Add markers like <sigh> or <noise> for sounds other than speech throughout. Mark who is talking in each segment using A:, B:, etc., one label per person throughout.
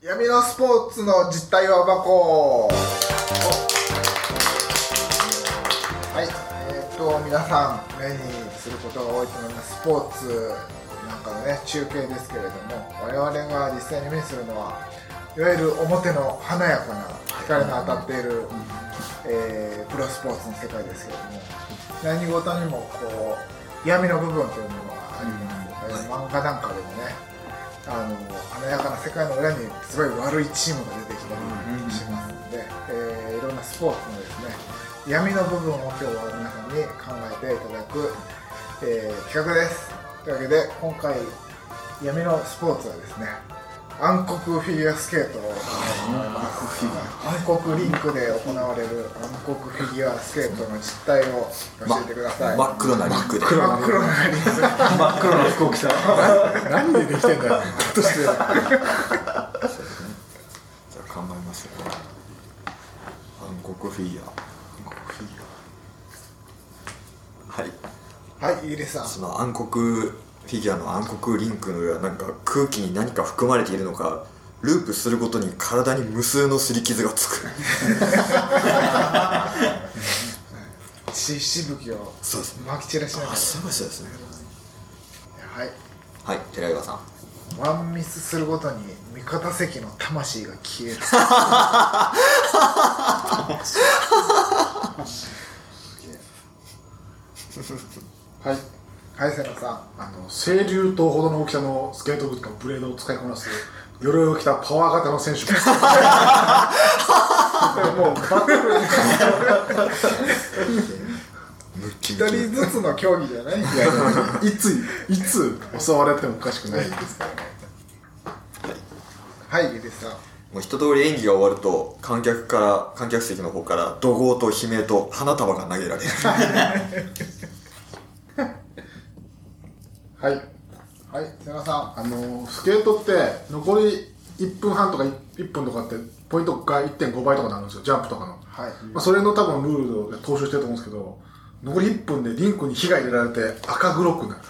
A: 闇のスポーツの実態を暴こうはいえーっと皆さん目にすることが多いと思いますスポーツなんかのね中継ですけれども我々が実際に目にするのはいわゆる表の華やかな光の当たっている、えープロスポーツの世界ですけれども何事にもこう闇の部分というのがあります、
B: うん
A: 漫画なんかでもねあの華やかな世界の裏にすごい悪いチームが出てきたりしますので、えーいろんなスポーツのですね闇の部分を今日は皆さんに考えていただく、えー企画ですというわけで今回闇のスポーツはですね暗黒フィギュアスケートを行います暗黒リンクで行われる暗黒フィギュアスケートの実態を教えてください、
B: 真っ黒なリンクで
A: 真っ黒なリンク
C: 真っ黒な服を着
A: <laughs>
C: た
A: 何でできてんだよとして
B: じゃあ考えますよ暗黒フィギュア暗黒フィギュアはい
A: はいイリさん
B: その暗黒フィギュアの暗黒リンクの上はなんか空気に何か含まれているのかループするごとに体に無数の擦り傷がつく
A: 血しぶきを
B: そうですね
A: まき散らしなが
B: あそうですそうですね
A: らはい
B: はい寺岩さん
A: ワンミスするごとに味方席の魂が消える
C: はい
A: はい瀬野さ
C: あの清流島ほどの大きさのスケート靴とブレードを使いこなす鎧を着たパワー型の選手ですもうバック
B: ムッキ
A: ん一
B: ムキ
A: 人ずつの競技じゃない
C: いやいやいついつ襲われてもおかしくないですからね
A: はいイリさん
B: もう一通り演技が終わると観客から観客席の方から怒号と悲鳴と花束が投げられる
C: はい
A: はい瀬野さ
C: あのスケートって残り1分半とか 1, 分とかってポイントが1.5倍とかになるんですよジャンプとかの、
A: はい
C: まあ、それの多分ルールで踏襲してると思うんですけど残り1分でリンクに火が入れられて赤黒くなる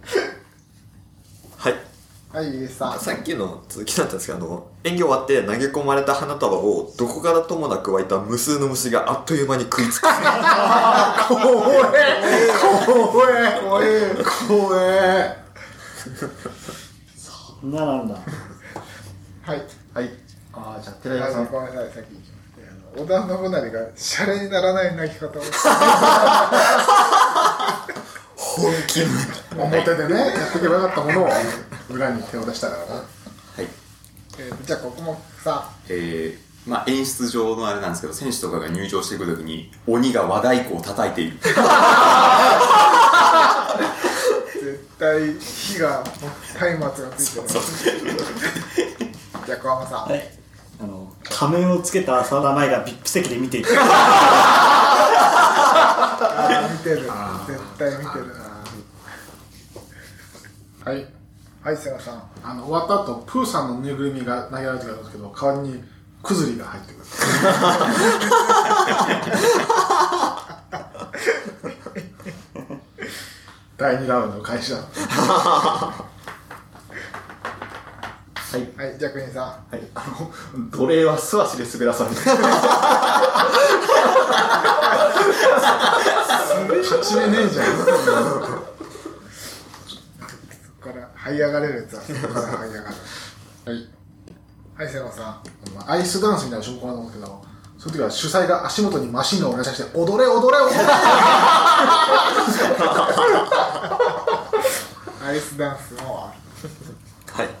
B: はい
A: んはいイリさん
B: さっきの続きだったんですけどあの演技終わって投げ込まれた花束をどこからともなく湧いた無数の虫があっという間に食い
D: <laughs>
B: つく
C: 怖え怖え怖え怖え
E: そんななんだ
A: はい
C: はい
E: ああじゃあ
A: あ
E: 寺山さ
A: の
E: ん
A: ごめんなさい先に行きます織田信成がシャレにならない泣き方を
B: 本気の
C: 表でねやっていけばよかったものを裏に手を出したからな
D: はい
A: えーじゃあここもさ
D: えーまあ、演出上のあれなんですけど選手とかが入場してくるときに鬼が和太鼓を叩いている
A: 絶対火が松明がついてるじゃあ小浜さん
E: はいあの仮面をつけた浅田舞が VIP 席で見ている
A: あー見てる絶対見てるな
C: はい
A: はい瀬野さん
C: あの終わった後プーさんのぬいぐるみが投げられてくるんですけど代わりにくずりが入ってくる第2ラウンド開始だ
F: はい、
A: はいジャクインさん
F: はい、あの奴隷は素足で滑らされてる
C: 勝ち目ねえじゃん
A: ここから這い上がれるやつはそこから這い上がる
C: はい
A: はい瀬野さん
C: まあアイスダンスみたいな種目なんですけどその時は主催が足元にマシンをお願いして「踊れ踊れ踊れ!」
A: アイスダンスもあ
B: はい
A: る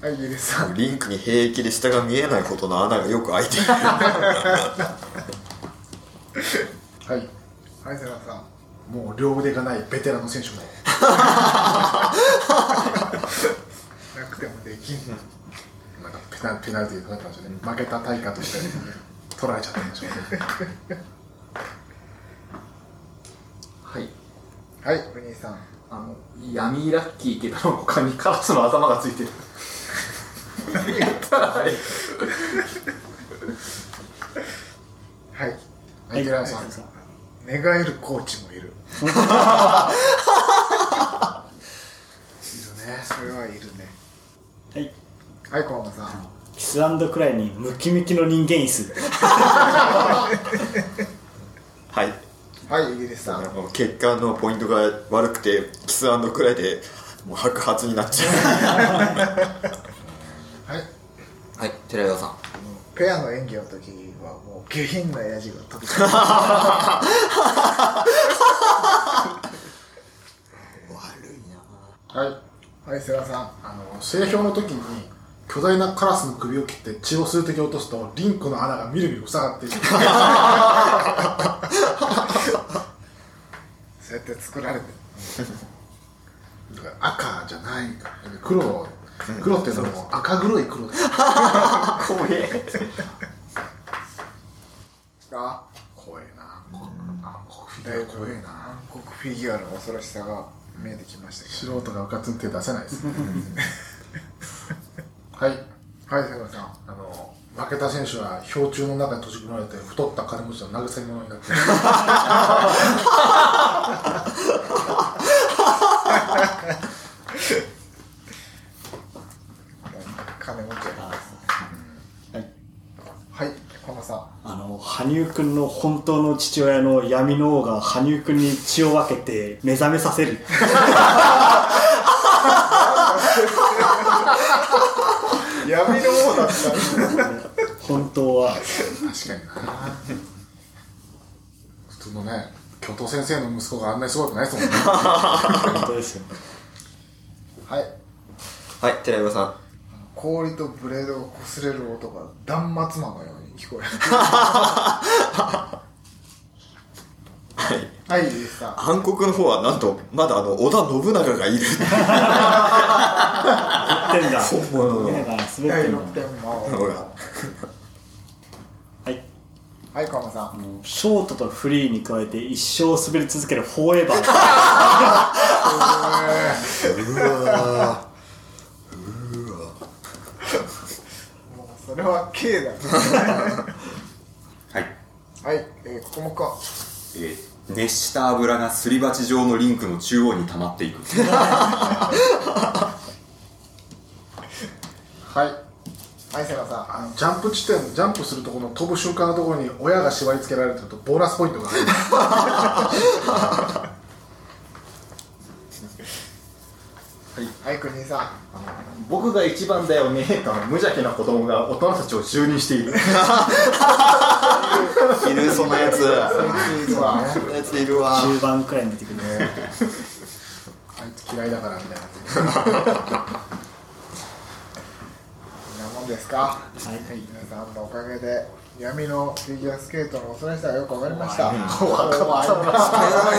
A: はいイギリスさん
B: リンクに平気で下が見えないほどの穴がよく開
D: <laughs>
B: いている
C: はい
A: はい瀬野さん
C: もう両腕がないベテランの選手も
A: なくてもできん
C: なんかペナペナルティーとなったんでしょうね負けた対価として取られちゃったんでしょうね
F: はい
A: はいお兄さん
F: あの闇ラッキー池田の他にカラスの頭がついてる
A: はい
C: はい寺山さん
A: 寝返るコーチもいるれはいるね
E: はい
A: はい小浜さん
E: キスクライにムキムキの人間椅子
B: はい
A: はいイギリスさん
B: もう血管のポイントが悪くてキスくらいでもう白髪になっちゃ
A: はいう
B: はい寺岩さん
A: ペアの演技の時はもう下品なヤジが飛び交う
C: はい
A: はい世良さん
C: あの製氷の時に巨大なカラスの首を切って血を数滴落とすとリンクの穴がみるみる塞がっていく
A: そうやって作られてる
C: だから赤じゃないから黒黒ってのはもう赤黒い黒です
F: <laughs> 怖え
A: あ
C: 怖えなこあこフィギュア怖え
A: 暗
C: な
A: 黒フィギュアの恐ろしさが見えてきましたけ
C: 素人がうかつに手出せないですねはい
A: どはい世良さん
C: あの負けた選手は氷柱の中に閉じ込められて太った金持ちの慰め者になってる
A: 金持ちやな
C: <laughs>
E: はい
A: はい小浜さん
E: あの羽生君の本当の父親の闇の王が羽生君に血を分けて目覚めさせる
A: 闇の王だった
E: 本当は
C: 確かにな普通のね教頭先生の息子があんなにすごくないですもん <laughs> ね
E: 本当ですよね
A: はい
B: はい寺岩さん
A: 氷とブレードが擦れる音が断末魔のように聞こえ
B: はい
A: るはいイギリスさん
B: 暗黒の方はなんとまだあの織田信長がいる
E: 言ってんだ
B: 本物の
D: <laughs>
E: 目が滑っ
A: 第
E: てる
A: 6点も
B: ほら
E: はい
A: はい小浜さん
E: ショートとフリーに加えて一生滑り続けるフォーエバー
F: <laughs>
A: もうそれは K だ
D: はい
A: はい、えー、ここもか
D: えー熱した油がすり鉢状のリンクの中央に溜まっていく
C: はい
A: はい瀬野さん
C: あのジャンプ地点ジャンプするところの飛ぶ瞬間のところに親が縛り付けられてるとボーナスポイントが入る
A: はい国井さん
F: <laughs> 僕が一番だよねと無邪気な子供が大人たちを就任して
B: <laughs>
F: いる
B: いるそんなやつ
A: クイズは
B: そんなやつい
D: <laughs>
B: るわ
E: 中盤くらいに出てくる
C: あいつ嫌いだからみたいな
A: こんなもんですか
E: はい
A: 皆さんのおかげで闇のフィギュアスケートの恐ろしさがよくわかりました
B: やらない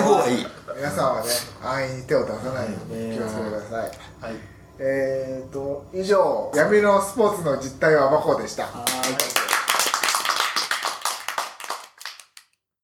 B: 方がいい
A: 皆さんはね安易に手を出さないように気をつけてください、
C: はい
A: えーと以上闇のスポーツの実態を暴こうでした
E: はい